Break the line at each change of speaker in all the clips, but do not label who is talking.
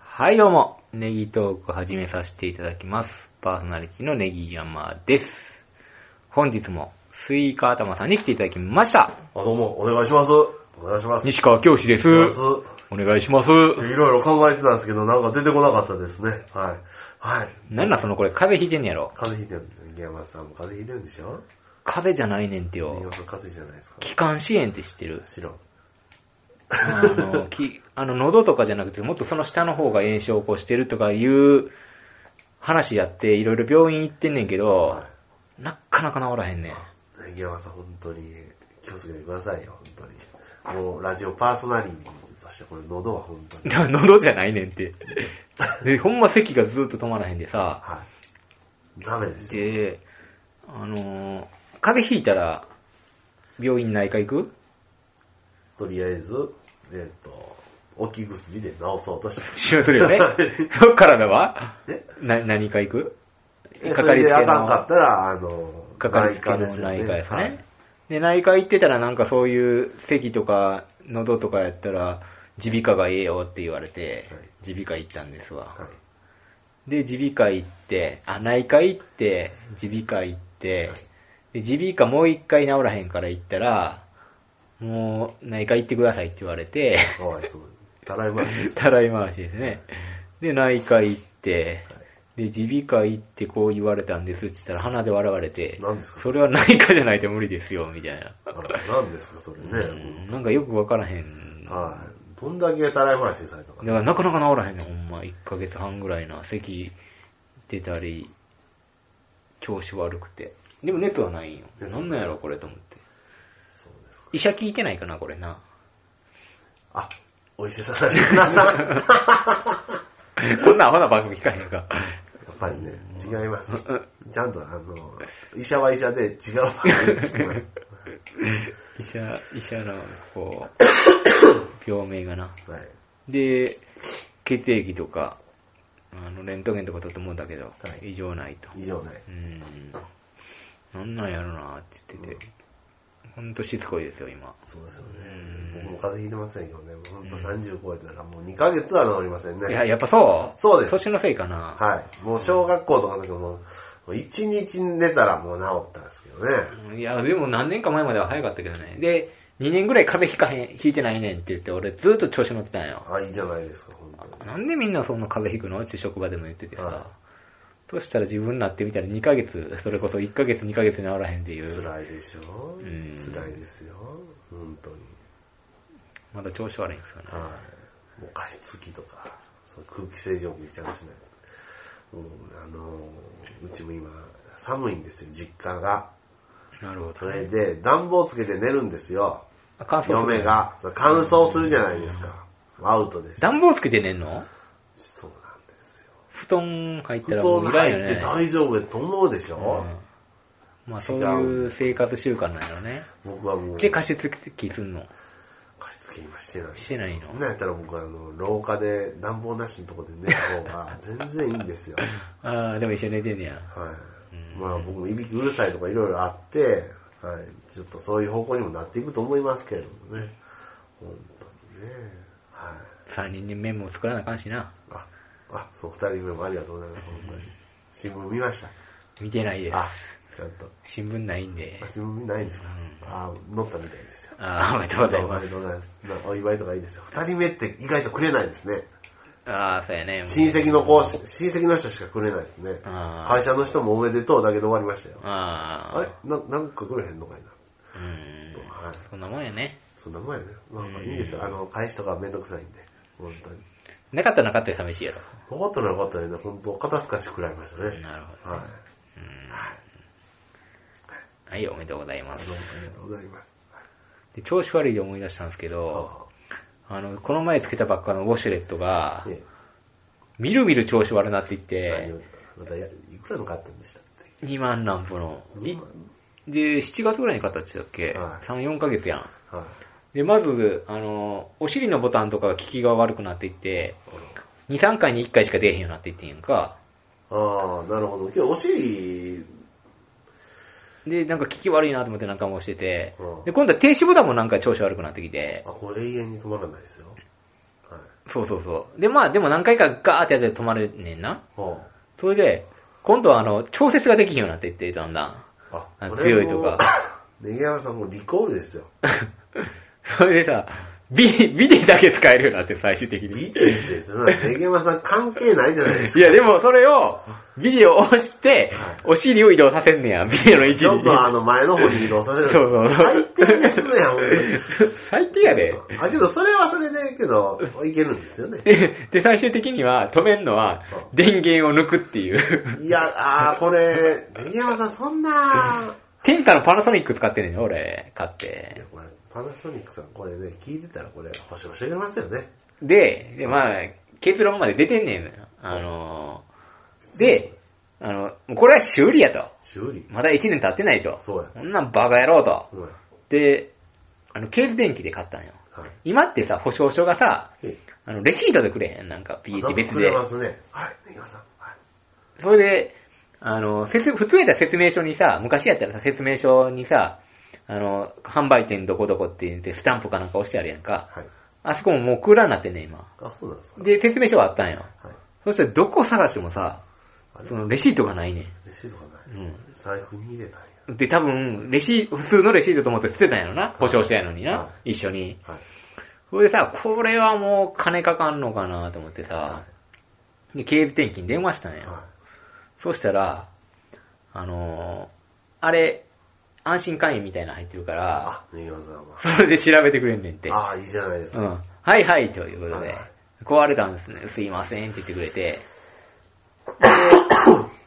はい、どうも。ネギトーク始めさせていただきます。パーソナリティのネギ山です。本日もスイカ頭さんに来ていただきました。
あ、どうも、お願いします。お願いします。
西川教師です。
お願いし
お
ま
願いします。
す。いろいろ考えてたんですけど、なんか出てこなかったですね。はい。はい。
なんなんそのこれ、風邪ひいてんねやろ。
風邪ひいてる。山田さんも風邪ひいてるんでしょ
風邪じゃないねんて
宮
よ
本。さん風邪じゃないですか。
気管支炎って知ってる
知らん。
あの、きあの喉とかじゃなくて、もっとその下の方が炎症を起こしてるとかいう話やって、いろいろ病院行ってんねんけど、
は
なかなか治らへん ねん。
い。山田さん、本当に気をつけてくださいよ、本当に。もう、ラジオパーソナリティとして、これ、喉は本 当に。
だから喉じゃないねんって。で、ほんま咳がずっと止まらへんでさ。
はい。ダメですよ。
で、あのー風邪ひいたら、病院内科行く
とりあえず、えっと、置き薬で治そうとしてます。
使用する よね。 体は
え
な、何か行く
えそれであかんかったら、あの、
かかりつけの内科ですね。で、内科行ってたらなんかそういう咳とか喉とかやったら、耳鼻科がええよって言われて
はい、
耳鼻科行ったんですわ。
はい。はい
で、耳鼻科行って、あ、内科行って、耳鼻科行って、で耳鼻科もう一回治らへんから行ったら、もう内科行ってくださいって言われて、
かわいそうに。たらいましです。
たらい回しですね。で、内科行って、で、耳鼻科行ってこう言われたんですって言ったら鼻で笑われて、
何ですか
それは内科じゃないと無理ですよ、みたいな。
あ何ですか、それ
うん
ね。
なんかよくわからへん。だか
はい。どんだけたらい回しされたから
なかなか治らへんねほんま。1ヶ月半ぐらいな。咳出たり、調子悪くて。でも熱はないんよ。
熱
なんなんやろ、これと思って。
そうですか。
医者聞いてないかな、これな。
あ、お医者さんになさん。やっ
こんなアホな番組聞かへんか。
ぱりね、違います。ちゃんと、あの、医者は医者で違う番組聞きます。
医者、医者の、こ う、病名がな。
はい。
で、血液とか、あの、レントゲンとか取ってもんだけど、
い
異常ないと。
以上ね。
うん。なんなんやろなって言ってて。ほんとしつこいですよ、今。
そうですよね
うん。
僕も風邪ひいてませんけどね、もうほんと30超えたらもう2ヶ月は治りません
いや、
ね。
やっぱそう
そうです
年のせいかな。
はい。もう小学校とかの時も、もう1日寝たらもう治ったんですけどね。
いや、でも何年か前までは早かったけどね。で、2年ぐらい風邪ひかへん、ひいてないねんって言って、俺ずっと調子乗ってたんよ。
あ、いいじゃないですか、本当に。
なんでみんなそんな風邪ひくのって職場でも言ってて
は
さ。そしたら自分になってみたら2ヶ月、それこそ1ヶ月2ヶ月治らへんっていう。
辛いでしょ
うん
辛いですよ。本当に。
まだ調子悪いんですよね。
はい。もう加湿器とか、そう空気清浄機ちゃんとしないと。うん、あのー、うちも今、寒いんですよ、実家が。
なるほ
そ
ど
れ
ね。
で、暖房つけて寝るんですよ。
あ乾燥する
嫁が。そう乾燥するじゃないですか。アウトですよ。
暖房つけて寝んの
そうなんですよ。
布団入った
布
らも
団
ういらん
入
よ
って
ね。
大丈夫やと思うでしょ、
うんまあそういう生活習慣なんやろね。
僕はもう、
で、
加
加湿器すんの
湿器今してないんです
し
よ
てないの
なんやったら僕はあの、廊下で暖房なしのとこで寝た方が全然いいんです よ。
ああ、でも一緒に寝てんねや。
はい。
うん
まあ僕もいびきうるさいとかいろいろあって、はい。ちょっとそういう方向にもなっていくと思いますけれどもね。本当にね。はい。
3人で麺も作らなあかんしな。
あ、あ、そう、二人目もありがとうございます。本当に。新聞見ました。
見てないです。
あ、ちゃんと。
新聞ないんで
あ。新聞見ないんですか
うん
あ、乗ったみたいです よ。
ああ、おめでとうござい
お
ま。
めですとうございます。なお祝いとかいいですよ。二人目って意外とくれないですね。
ああ、そうやね。もう
親戚の子、親戚の人しかくれないですね。
あー
会社の人もおめでとうだけで終わりましたよ。
ああ。
あれな、なんかくれへんのかいな。
うん。
はい
そんなもんやね。
そんなもんやね。まあまあいいですよ。あの、返しとかめんどくさいんで。本当に。
なかったらなかったら寂しいやろ。
残ったらよかったらね、本当肩透かし食らいましたね。
なるほど
はい。
うん
はい。
はい、おめでとうございま
ど
す
う。もありがとうございます。
で調子悪いで思い出したんですけど、
は
あの、この前つけたばっかのウォシュレットが
あ、ね
みるみる調子悪なっていって
何を、またや、いくらの買ったんでしたっ
2万何歩の。
け
いで、7月ぐらいに買ったって言ったっけ、
はい
?3、4ヶ月やん。
はい。
で、まず、あの、お尻のボタンとかが効きが悪くなっていって、
あ
2、3回に1回しか出えへんようになっていってんやんか。
のあー、なるほど。けど、お尻、
で、なんか効き悪いなと思ってなんかもしてて
うん、
で、今度は停止ボタンもなんか調子悪くなってきて
あ、、これ永遠に止まらないですよ。はい。
そそうそうそう。で、まあ、でも何回かガーってやって止まるねんな。
は
それで、今度はあの、調節ができひんようになっていって、だんだん。
あ
あ
あ
強いとか。
これも ネギ山さんもうリコールですよ。
それでさ、ビ、ビデだけ使えるようになって、最終的に。
ビデオですよ。ネギ山さん関係ないじゃないです
い
か。
や、でもそれを、ビデオを押して
はい、
お尻を移動させんねや、ビデオの位置
ちょ
に
っ。とあの前の方に移動させる。
そうそうそう
最低ですね、ほ んとに。
最低やで。
あ、けどそれはそれで、けど、いけるんですよね。
で、で最終的には、止めんのは、電源を抜くっていう。
いや、あーこれ、ネギ山さんそんな、
天下のパナソニック使ってんねんよ、俺、買っ
いや
て。
これ、パナソニックさん、これね、聞いてたらこれ、保証してくれますよね。
で、で、まあ、結論まで出てんねん。あのー、で、あの、もうこれは修理やと。
修理。
まだ1年経ってないと。
そうや
こんなんバカ野郎と。
うん。は
で、あの、ケーズ電気で買ったんよ。
い。
今ってさ、保証書がさ、
ええ
あの、レシートでくれへんなんか、ピーって別
く
で
れ。ますね。はい、ネギ山さん。はい。
それで、あの、説、普通やったら説明書にさ、昔やったらさ、説明書にさ、あの、販売店どこどこって言って、スタンプかなんか押してあるやんか。
はい。
あそこももう空欄になってんねん、今。
あ、そうなんですか。
で、説明書はあったんよ。
はい。
そしてどこ探してもさ、
あれ
そのレシートがないね
レシートがない。
ん。
財布に入れたんや。
うん。で、多分、レシ、普通のレシートと思って捨てたんやろな。保証したやのにな
は。
一緒に。
はい。
それでさ、これはもう金かかんのかなと思ってさ
は、
で、経営転勤電話したん
い。
や。
は
そうしたら、あのーあれ、安心会員みたいなの入ってるから、
あ、ネギ山さんは。
それで調べてくれんねんって。
ああ、いいじゃないです
う
か。
ん。はいはい、ということ
はい
で
はい、
壊れたんですね、すいませんって言ってくれて、で、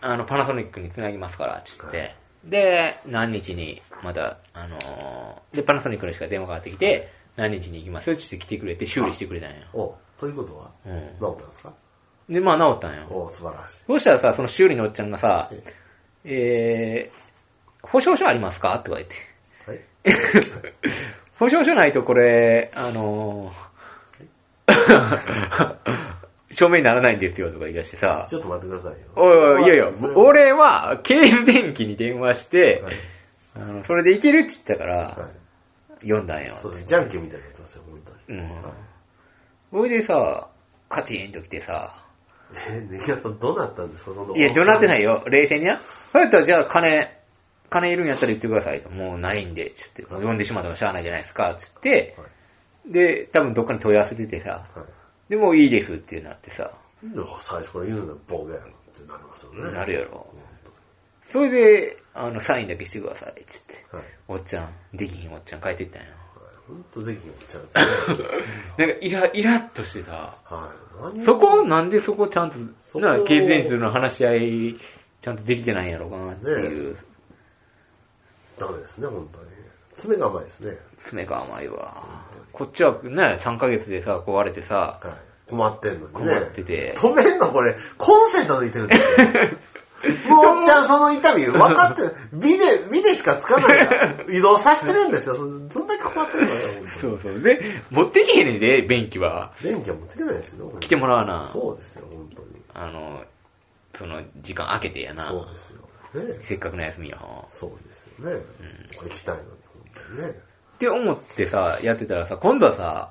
あの、パナソニックにつなぎますから、って言っ
は
て、で、何日に、また、あのーで、パナソニックの人から電話かかってきて、何日に行きますよって言って来てくれて、修理してくれたんや。
お、ということは、
う
治ったんですか
ん。で、まあ治ったんよ。
お、素晴らしい。
そうしたらさ、その修理のおっちゃんがさ
え、
えー、保証書ありますかとか言って。
はい。
保証書ないとこれ、あのー、 証明にならないんですよとか言い出してさ、
ちょっと待ってくださいよ。
おいおい、いやいや
それ、は、
俺は、ケース電気に電話して、
はい
あのそれでいけるっち言ったから、
はい。
読んだんよ。
そうです。じゃんけんみたいになってますよ、本当に。
うん
はい。
それでさ、カチンと来てさ、
え、ネギ山さんどうなったんですかその。。
いや、どなってないいよ。冷静にな。そうやったら、じゃあ、金、金いるんやったら言ってくださいと。もうないんで、ちょっと、読んでしまったらしゃあないじゃないですか、つって、
はい。
で、多分どっかに問い合わせててさ、
はい。
でもういいですってなってさ、
なんで最初から言うのはボケやろってなりますよね。
なるやろ
本。
それで、あの、サインだけしてください、つって。
当に。はい。
おっちゃん、できひんおっちゃん帰ってったんや。
本当できへんちゃう んですね。
なんか、イラ、イラっとしてさ、
はい。何を
そこ、なんでそこちゃん
そ
と、
こ
な、経済するの話し合い、ちゃんとできてないんやろうかなっていう、
ダメですね、本当に。爪が甘いですね。
爪が甘いわ。こっちはね、3ヶ月でさ、壊れてさ、
はい。困ってんのにね。
困ってて
止めんのこれ、コンセント抜いてる んですよ。もうおっちゃんその痛み、分かってる。ビデ、ビデしかつかないから移動させてるんですよ。そんどんだけ困ってるのよ、本当
そ
に。
うそう。で、持ってきへんねんで、便器は。
電気は持ってけないですよ。本当に
来てもらわな
そうですよ、本当に。
あの、その、時間空けてやな。
そうですよ。ね
せっかくの休みよ。
そうですよね。これ行きたいのに、本当にね。
って思ってさ、やってたらさ、今度はさ、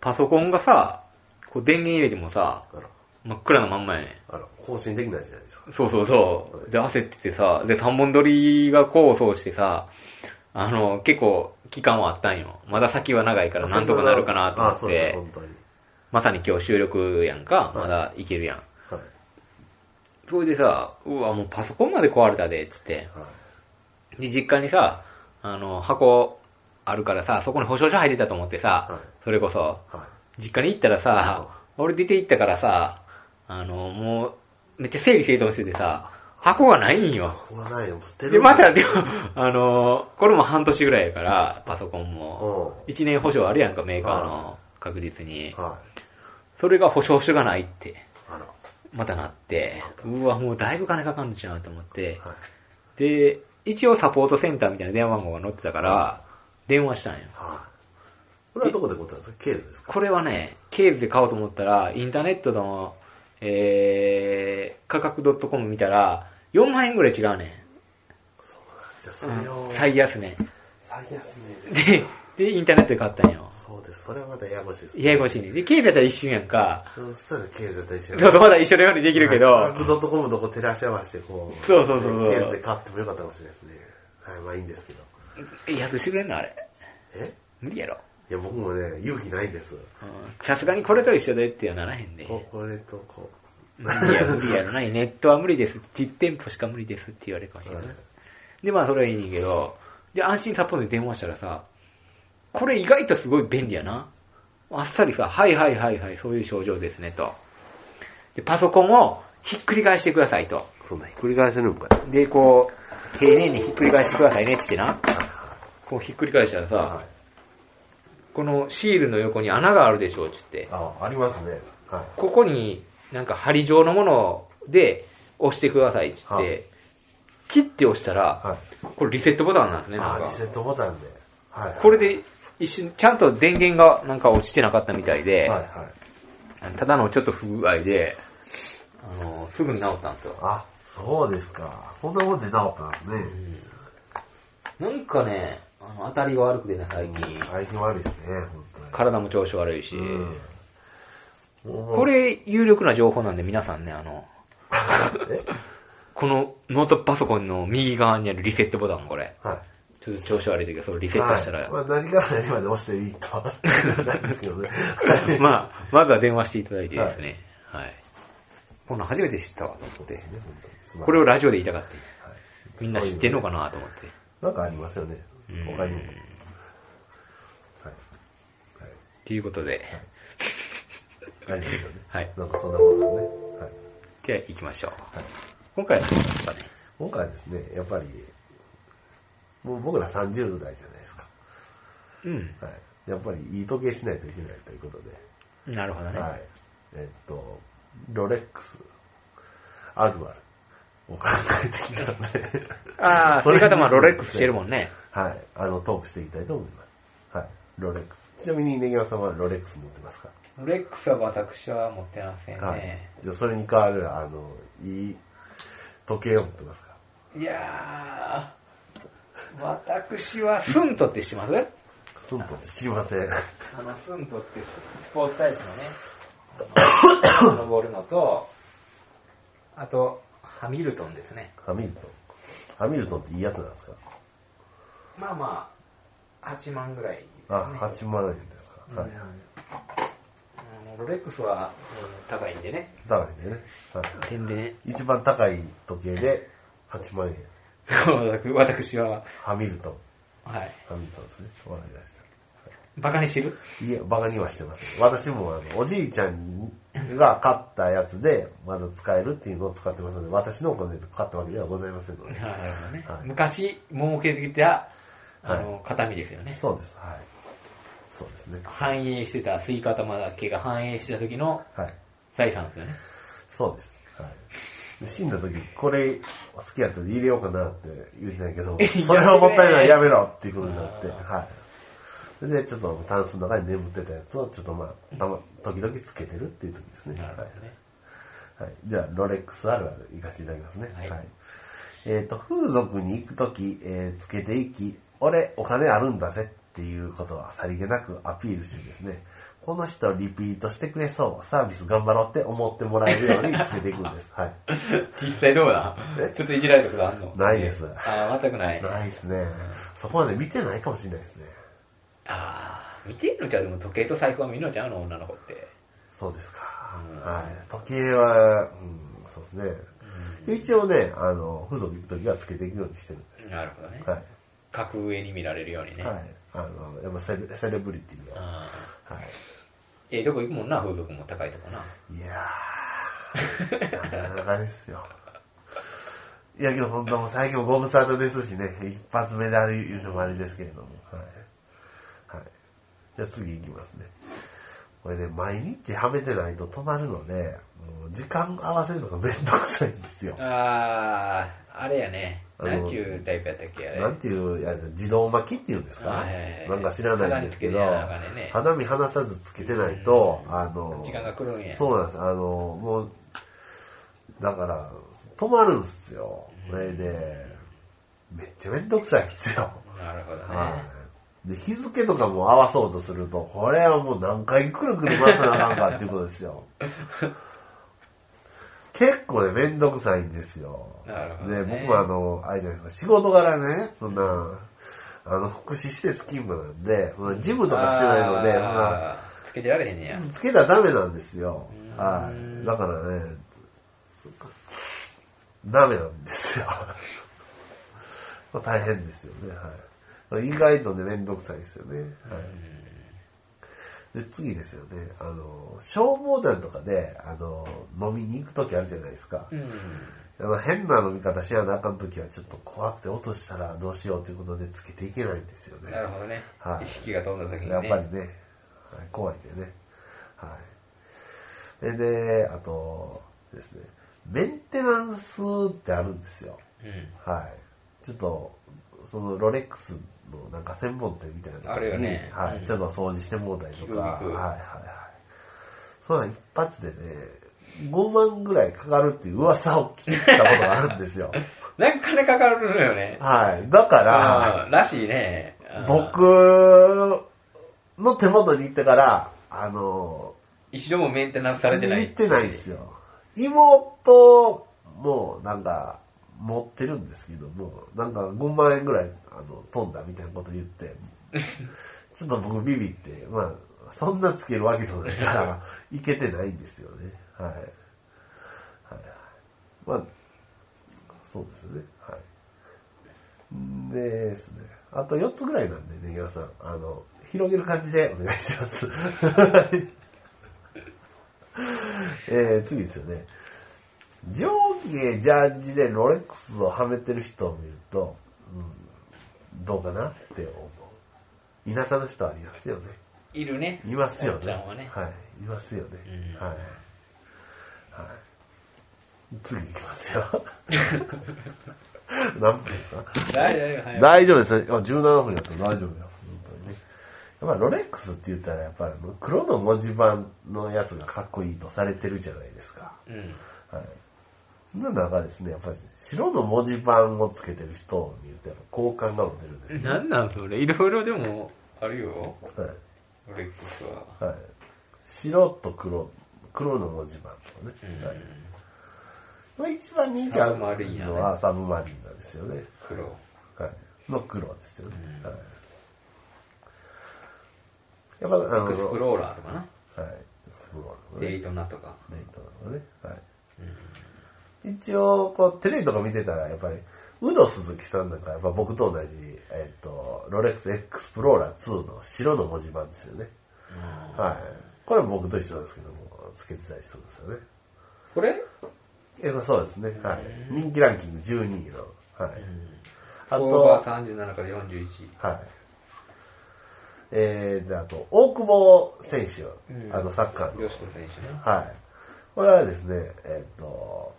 パソコンがさ、こう電源入れてもさ、
あら、
真っ暗なまんまやね
あら、更新できないじゃないですか。
そうそうそう。で、焦っててさ、で、三本撮りが功を奏してさ、あの、結構、期間はあったんよ。まだ先は長いから、なんとかなるかなと
あ、
思
そ
っ
うです
て
よ、、本当に。
まさに今日収録やんか
は、い
まだいけるやん。
はい。
それでさ、うわ、もうパソコンまで壊れたで、つって。
はい。
で、実家にさ、あの、箱あるからさ、そこに保証書入ってたと思ってさ、
はい
それこそ、
は
実家に行ったらさ、俺出て行ったからさ、あの、もう、めっちゃ整理整頓しててさ、箱がないん
い。
よ。
ここがないよ、捨てる。
で、また、でもあの、これも半年ぐらいやから、パソコンも。
う
1年保証あるやんか、メーカーの。確実に
ん。。はい。
それが保証書がないって、
あら。
またなって、うわ、もうだいぶ金かかんじゃんと思って。
はい。
で、一応サポートセンターみたいな電話番号が載ってたから、電話したんよ。
はい。これはどこで買ったんですかケースですか
これはね、ケーズで買おうと思ったら、インターネットの、えー、価格 .com 見たら、4万円ぐらい違うね
そうなんですよ。
ん
それを。
最安ね。
最安値で。
で、で、インターネットで買ったんよ。
そそうです。それはまたややこしいです。
ややこしいね。で、警備やったら一瞬やんか。
そうしたら経済と一緒
そうそう、まだ一緒のようにできるけど。
はいドットコムのとこ照らし合わせて、こう。
そうそうそうそう
経済で買ってもよかったかもしれないですね。はい、まあいいんですけど。
いや、安くしてくれんのあれ。
え
無理やろ。
いや、僕もね、勇気ないんです。
うんさすがにこれと一緒でってはならへんで。
ここれとこう。
無理や、無理やろな。ネットは無理です。実店舗しか無理ですって言われるかもしれない
はい。
で、まあ、それはいいねんけど、で、安心サポートに電話したらさ、これ意外とすごい便利やな。あっさりさ、はいはいはいはい、そういう症状ですね、と。で、パソコンをひっくり返してくださいと。
そんなひっくり返せるんかい。
で、こう、丁寧にひっくり返してくださいねってな。こうひっくり返したらさ、
はい。
このシールの横に穴があるでしょうって言って、
あ、ありますね。はい。
ここになんか針状のもので押してくださいって言っ
は
て、切って押したら、
は
これリセットボタンなんですね、
い。
なん
あ、リ
か
セ。ットボタンで。はい。
これで一瞬、ちゃんと電源がなんか落ちてなかったみたい
はい
で、
はい。
ただのちょっと不具合で、あの、すぐに治ったんですよ。
あ、そうですか。そんなもんでなかったんですね。
なんかね、あの当たりが悪くてね、最近。
最近悪いですね、本当に。
体も調子悪いし。
うんもう
これ、有力な情報なんで、皆さんね、あの、
え
このノートパソコンの右側にあるリセットボタン、これ。
はい。
ちょっと調子悪い時は、それリセットしたら、
はいまあ、何から何まで押していいと はなんですけどね。はい
まあ、まずは電話していただいてですね。はい。こんなん初めて知ったわ、と思
そう
っ
で
て。
すね、本当に素晴らしい
これをラジオで言いたかった。
はい
みんな知ってんのかなと思って。
なんかありますよね
うん。
他にも。はい。
ということで、
はい。ありますよね。
はい。
なんかそんなことだね。はい。
じゃあ行きましょう。
はい
今回は何ですかね。
今回はですね、やっぱり、もう僕ら30代じゃないですか。
うん。
はい。やっぱりいい時計しないといけないということで。
なるほどね。
はい。えっと、ロレックス、あるあるを考えてきたので。
ああ、そ
それ
れ方まあロレックスしてるもんね。
はい。あの、トークしていきたいと思います。はい。ロレックス。ちなみに、ネギワさんはロレックス持ってますか
ロレックスは私は持ってませんね。
はい。じゃあ、それに代わる、あの、いい時計を持ってますか
いやー、私はスントって知ってます
スントって知りません。
あの、スントってスポーツタイプのね、登るのと、あと、ハミルトンですね。
ハミルトン。ハミルトンっていいやつなんですか
まあまあ、8万ぐらいですね。
あ、8万円ですか。はい。
うんあのロレックスは、うん高いんでね。
高いんでね。はい。
点でね、
一番高い時計で8万円。
私は、
ハミルトン。
はい。
ハミルトンですね。わかりました。
バカにしてる
いえ、バカにはしてません。私も、あの、おじいちゃんが買ったやつで、まだ使えるっていうのを使ってますので、私のお金で買ったわけではございませんの
なる
で。
ほどね。
はい
昔、儲けてきた、あの、形見ですよね。
そうです。はい。そうですね。
反映してた、スイカ玉だけが反映してた時の
はい。
財産ですよね。、
そうです。はい。で死んだ時、これ好きやったら入れようかなって言うてたんやけど それはもったいない、やめろっていうことになって、
あー
はい。それで、ちょっとタンスの中に眠ってたやつを、ちょっとまあ、たま、時々つけてるっていう時ですね。
なるほ
は
ど
い
ね。
はい。じゃあ、ロレックスあるある行かせていただきますね。
は
はいい。えっ、と、風俗に行くとき、えーつけていき、俺、お金あるんだぜっていうことはさりげなくアピールしてですね、この人リピートしてくれそう、サービス頑張ろうって思ってもらえるようにつけていくんです。はい。
実際どうだ
え
ちょっといじられたことあんの
ないです
ああ、全くない。
ないですね。そこまで見てないかもしれないですね。
ああ、見てんのちゃうでも時計と財布は見んのちゃうの女の子って。
そうですか。
うん
はい。時計は、うん、そうですね。一応ね、あの、風俗行くときはつけていくようにしてるんで
なるほどね。
す。はい。
格上に見られるようにね。
はい。あの、やっぱセレセレブリティの。は
あ
い。
ーええとこ行くもんな、風俗も高いとこな。
いやー、なかなかですよ。 いやけど本当もう最近もご無沙汰ですしね、一発目であるいうのもあれですけれども。はい。はい。じゃあ次行きますね。これね、毎日はめてないと止まるので、もう時間合わせるのがめんどくさいんです よ。
ああ、あれやね。
あの
なんちゅうタイプやったっけ、あれ。
なんていうやつ、自動巻きっていうんです
あ
か
はいはいはい
なんか知らないんです
肌につけ
けど、
てやらなあか
花見離さずつけてないと、あの、
時間が来るんや。
そうなんです。あの、もう、だから、止まるんですよ。それで、めっちゃめんどくさいんですよ。
なるほどね。
はい。で、日付とかも合わそうとすると、これはもう何回くるくる回さなあかんかっていうことです よ。結構ね、めんどくさいんですよ。
なるほどね
で、僕もあの、あれじゃないですか、仕事柄ね、そんな、あの、福祉施設勤務なんで、そんなジムとかしてないので、そんな、
あーつけてられへんねや。
つけたらダメなんですよ
う。ん
はい。だからね、ダメなんですよ。 大変ですよね。はい。意外とね、めんどくさいですよね。はい。で、次ですよね。あの、消防団とかで、あの、飲みに行くときあるじゃないですか
う。ん。
あの変な飲み方しやなあかんときは、ちょっと怖くて落としたらどうしようということでつけていけないんですよね。
なるほどね
は。い
意識が飛んだ時にね。
やっぱりね、はい、怖いんだよね。はい。で、あとですね、メンテナンスってあるんですよ。
うん。
はい。ちょっと、そのロレックスのなんか専門店みたいなところに
あるよね
は
う
い。
ん
ちょっと掃除してもうたりと
聞く
か、はい
聞
はい
く
はい。そうなん一発でね、5万ぐらいかかるっていう噂を聞いたことがあるんです よ。
なんか金かかるのよね。
はい。だから、
うんらしいね。うん
僕の手元に行ってから、あの、
一度もメンテナンスされてない。
行ってないんですよ。妹もなんか持ってるんですけども、なんか5万円ぐらいあの飛んだみたいなこと言 って、ちょっと僕ビビって、まあ、そんなつけるわけでもないから、いけてないんですよね。はい。はい、まあ、そうですね。はい。んでですね。あと4つぐらいなんでね、皆さん。あの、広げる感じでお願いし ます。 えー、次ですよね。上下ジャージでロレックスをはめてる人を見ると、うん、どうかなって思う。田舎の人ありますよね。
いるね。
いますよ
お
ね。
っちゃんはね。
はい。いますよね。
うん
はい。はい。次いきます よ。何分ですか
大丈夫、はい。
大丈夫ですね。あ17分やったら大丈夫よ。本当にね。やっぱロレックスって言ったら、やっぱりあの黒の文字盤のやつがかっこいいとされてるじゃないですか。
うん。
はい。そんな中ですね、やっぱり白の文字盤をつけてる人を見ると、やっぱ好感が持てるんですね。
なんなんそれいろいろでもあるよ。
はい。
ロレックスは。
はい。白と黒、黒の文字盤とかね。はいまあ、一番人気あるのはサブマリーナですよね。
黒。
はい。の黒ですよね。
うん
はい。やっぱ、あの、
エクスプ
はい。
ローラーとかな。
黒の
デ
ね。
イトナとか。
デイトなのね。はい。
うん
一応、こう、テレビとか見てたら、やっぱり、ウド鈴木さんなんか、やっぱ僕と同じ、えっと、ロレックスエクスプローラー2の白の文字盤ですよね。はい。これは僕と一緒なんですけども、つけてたりするんですよね。
これ
えそうですね。はい。人気ランキング12位の。はい。あ
オーバー
と、
37から41。
はい。えー、で、あと、大久保選手、
うん
あの、サッカーの。
吉野選手ね。
はい。これはですね、えっ、と、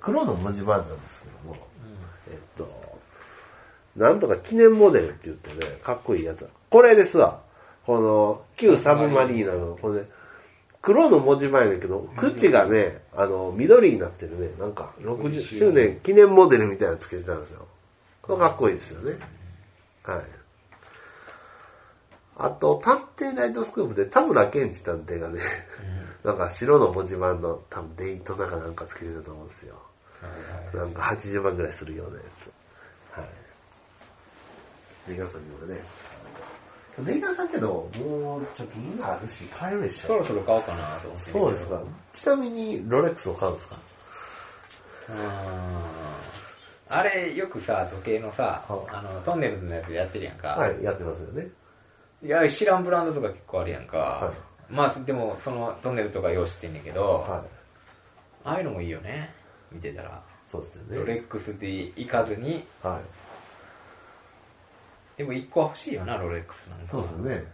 黒の文字盤なんですけども、えっ、と、なんとか記念モデルって言ってね、かっこいいやつ。これですわ。この、旧サブマリーナの、これ、ね、黒の文字盤やねんけど、口がね、あの、緑になってるね、なんか、60周年記念モデルみたいなのつけてたんですよ。これかっこいいですよね。はい。あと、探偵ナイトスクープで田村健二探偵がね、なんか白の文字盤の多分デイトナかなんかつけてたと思うんですよ。
は
なんか80万ぐらいするようなやつ。はい。出川さんにもね。出川さんけど、もう貯金があるし、買えるで
い
し
そろ
ょ。
そろ買おうかなと思って。
そうですか。ちなみに、ロレックスを買うんですか
うーん。あれ、よくさ、時計のさ、
はい
あの、トンネルズのやつやってるやんか。
はい、やってますよね。
いや、知らんブランドとか結構あるやんか。
は
まあ、でも、そのトンネルとか用意してんねんけど、
はい。
ああいうのもいいよね。見てたら。
そうですよ
ロレ
ね。
ックスで行かずに、
はい。
でも1個は欲しいよな、ロレックスなんか。
そうですよね。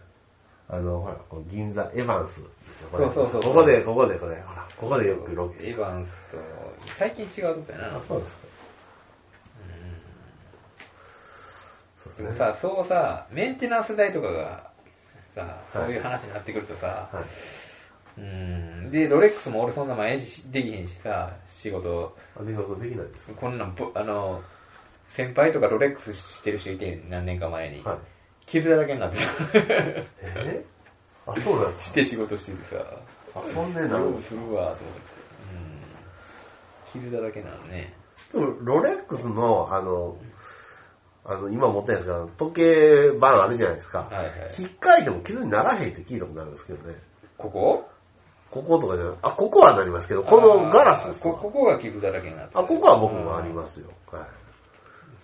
あの、ほら、こう銀座、エヴァンスですよ。これ
そうそうそう
ここで、ここで、これ、ほら、ここでよくロケ
エヴァンスと、最近違うとこやな。
あ、そうですか。そ
で
うで
も
すね。
さ、そうさ、メンテナンス代とかが、さ、そういう話になってくるとさ、
はい。
うーん、で、ロレックスも俺そんな毎日できへんしさ、仕事、
あ、出川さんできないです
こんなんぼ、あの、先輩とかロレックスしてる人いてん、何年か前に。
かはい。
傷だらけになってた。
えあ、そうなんです
して仕事しててさ。
遊んでんだ
ようするわ、と思って。うん。傷だらけなのね。
でも、ロレックスの、あの、あの、今持ってないですけど、時計盤あるじゃないですか。
はいはい
引っかいても傷にならへんって聞いたことあるんですけどね。
ここ
こことかじゃない。あ、ここはなりますけど、このガラスです
あー
わ
こここが傷だらけになって
あ、ここは僕もありますよ。
す。
は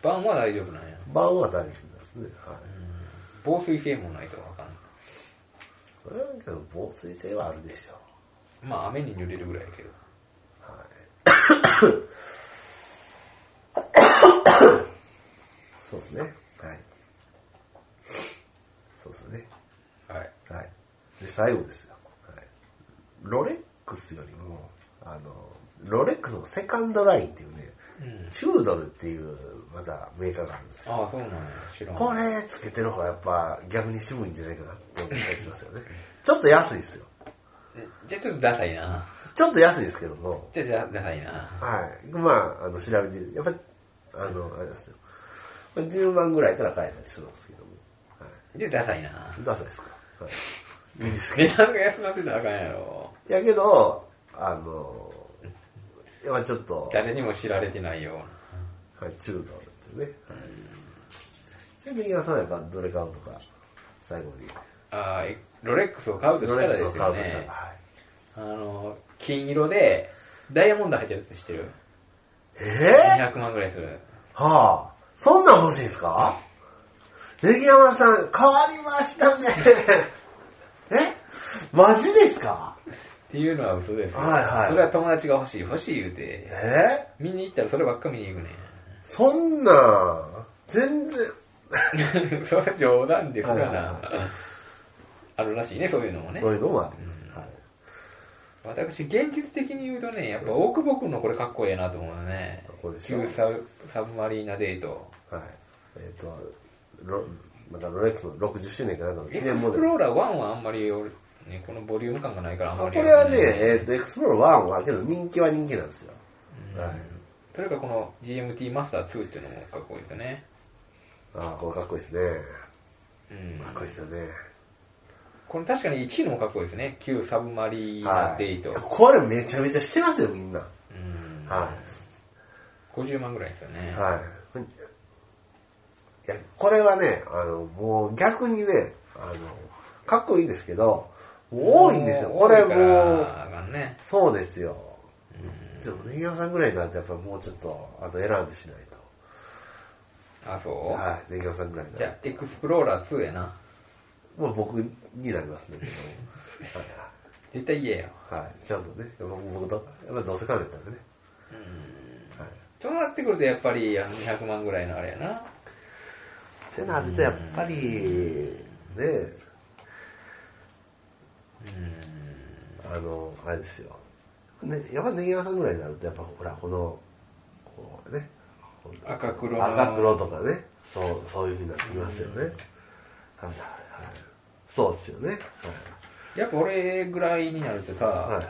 盤は大丈夫なんや。
い。盤は大丈夫ですね。はい。
防水性もないとわかんない。
それはけど、防水性はあるでしょ
まあ、雨に濡れるぐらいやけど。
う。はい。そうですね。はい。そうですね。
はい。
はい。で、最後ですよ。はい、ロレックスよりも、あの、ロレックスのセカンドラインっていうね、
うん。
チュードルっていう、またメーカーがあるんですよ。
ああ、そうなんや。知らん。
これつけてる方がやっぱ逆に渋いんじゃないかなって思ったりしますよね。ちょっと安いですよ。
じゃあちょっとダサいな。
ちょっと安いですけども、
じゃあじゃあダサいな。
はい。まあ、あの、調べてみる、やっぱり、あの、あれなんですよ。まあ10万ぐらいから買えたりするんですけども。は
じゃあダサいな。
い。ダサいですか。はい。いいですけ
値段が安くなってたらあかんやろ。
ど。やけど、あの、やっぱちょっと、
誰にも知られてないよ
はい、中道ですよね。はい。ちなみに、さんはやっぱどれ買うとか、最後に。
うな。ああ、ロレックスを買うとしたらですよ
買うとしたら、
ね。
はい。
あの、金色で、ダイヤモンド入ってるやつ知ってる
え
?200 万ぐらいする。
ぇ、はぁ、そんなん欲しいんですかネギ山さん、変わりましたね。えマジですか
っていうのは嘘ですよ。
はいはい
それは友達が欲しい、欲しい言うて。
え
見に行ったらそればっか見に行くね
ぇ、そんなん、全然、
ん。それは冗談ですから
はいはいは
な。あるらしいね、そういうのもね。
そういうのもあります。はい
私、現実的に言うとね、やっぱ大久保君のこれかっこええなと思うよね
かっこいい。でしょ
旧サブサブマリーナデート。
はい。えっ、と、ロまたロレックスの60周年かなんかの記
エク
念
ス
モデ
プ
ル。
ローラー1はあんまり俺、ね、このボリューム感がないからあんま
こ
り、
れはね、えっ、と、エクスプローラー1はけど人気は人気なんですよ。
うん
はい
それかこの GMT マスター2っていうのもかっこいいですよね。
ああ、これかっこいいですね。
うん
かっこいいですよね。
これ確かに1位のもかっこいいですね。旧サブマリーナデート。
これめちゃめちゃしてますよ、みんな。
うん
は
50万ぐらいですよ
い。
ね。
はい。いや、これはね、あの、もう逆にね、あの、かっこいいんですけど、もう多いんですよ。これ
多いから
もう、
あかんね。
そうですよ。
うん
でも、ネギ山さんぐらいになると、やっぱりもうちょっと、あの、選んでしないと。
あ、そう、
はい、ネギ山さんぐらいにな
じ
る
ゃあ、エクスプローラー2やな。
と。もう僕になり ますね、けど。
絶対言えよ。
はい、はい、ちゃんとね、やっぱ僕と、やっぱどうせ考えたんでね。はい。
となってくると、やっぱりあの200万ぐらいのあれやな。
ってなると、やっぱり、ね、
うん。
あの、あれですよ。ね、やっぱネギワさんぐらいになると、やっぱほら、この、こうね、
赤黒の
赤黒とかね、そう、そういう風になってきますよね。はいはいはい。そうですよね。
やっぱ俺ぐらいになるとさ、
はい。はいはい。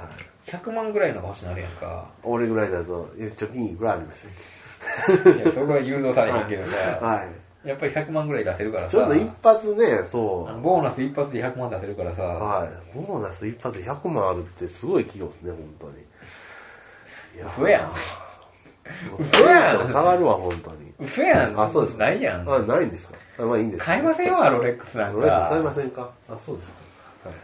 100万ぐらいのが欲しなるやんか。
俺ぐらいになると、いや貯金いくらありましたっ
い
け
や、そこは誘導されへんけどさ、
はい。
やっぱり100万ぐらい出せるからさ、
ちょっと一発ね、そ
あの
う。
ボーナス一発で100万出せるからさ、
はい。ボーナス一発で100万あるってすごい企業ですね、本当に。い
嘘やん。嘘
嘘
やん
下がるわ、本当に。
嘘やん。
あ、そうですか。
ないやん。
あ、ないんですか。あまあいいんです
買いませんわ、ロレックスなん
ロ
か。
レックス買いませんか。あ、そうですか。はいは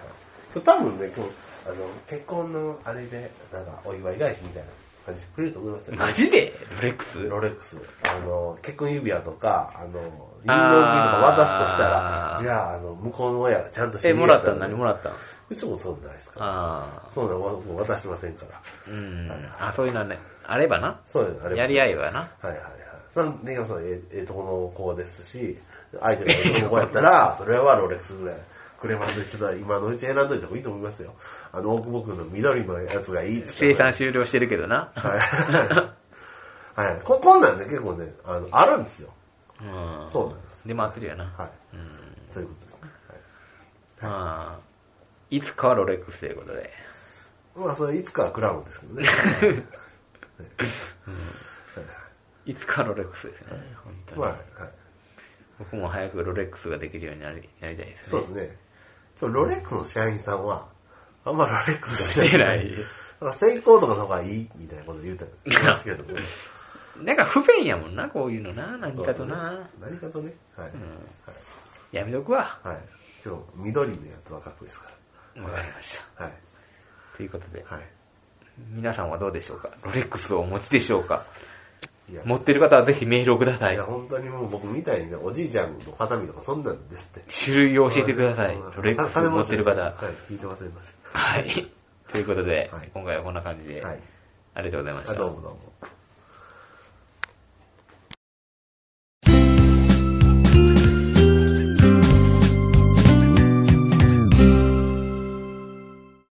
い。多分ね、今日、あの、結婚のあれで、なんか、お祝い返しみたいな感じでくれると思いますよ。
マジでロレックス
ロレックス。あの、結婚指輪とか、あの、入料金とか渡すとし
あー
たら、じゃあ、あの、向こうの親がちゃんと
え、もらった
の
の何もらったの
うちもそうじゃないですか。
あ
そうなの、わもう渡しませんから。
あ。うん。あ、そういうのはね、あればな。
そういうのあれば
やり合えばな。
はいはいはい。その、ネギさん、えええとこの子ですし、相手がええとこの子やった ら、それはロレックスぐらいくれますし、ちょっと今のうち選んどいた方がいいと思いますよ。あの、大久保君の緑のやつがいいって
生
ったら
産終了してるけどな。
はい。はい。こ、こんなんね、結構ね、あの、あるんですよ。
うん。
そうなんです。
でも合ってるよな。
は
う
い。
ん。
そういうことですね。
まあ、いつかはロレックスということで。
はい、まあ、それいつかはクラウンですけどね。
いつかはロレックスですね。本当に。
まあ、はい。
僕も早くロレックスができるようになりなりたいですね。
そうですね。でもロレックスの社員さんは、あんまロレックス
して ない。
なんか成功とかの方がいいみたいなこと言うたりますけどね。
なんか不便やもんな、こういうのな、何かとな。
何かとね。はい。
うんやめとくわ。
はい。でも、緑のやつはかっこいいですか
わかりました。
ら。はい。
ということで、
はい。
皆さんはどうでしょうかロレックスをお持ちでしょうか
いや、
持ってる方はぜひメールをくださ
い
い
や。本当にもう僕みたいにね、おじいちゃんの肩身とかそんなんですって。
種類を教えてください。
はい
ロレックスを持ってる
はい
方。、
聞いてませんでし
はい。ということで
はい、
今回はこんな感じ
た。
で、
はい。
ありがとうございまし
あ
た
どう。もどうも。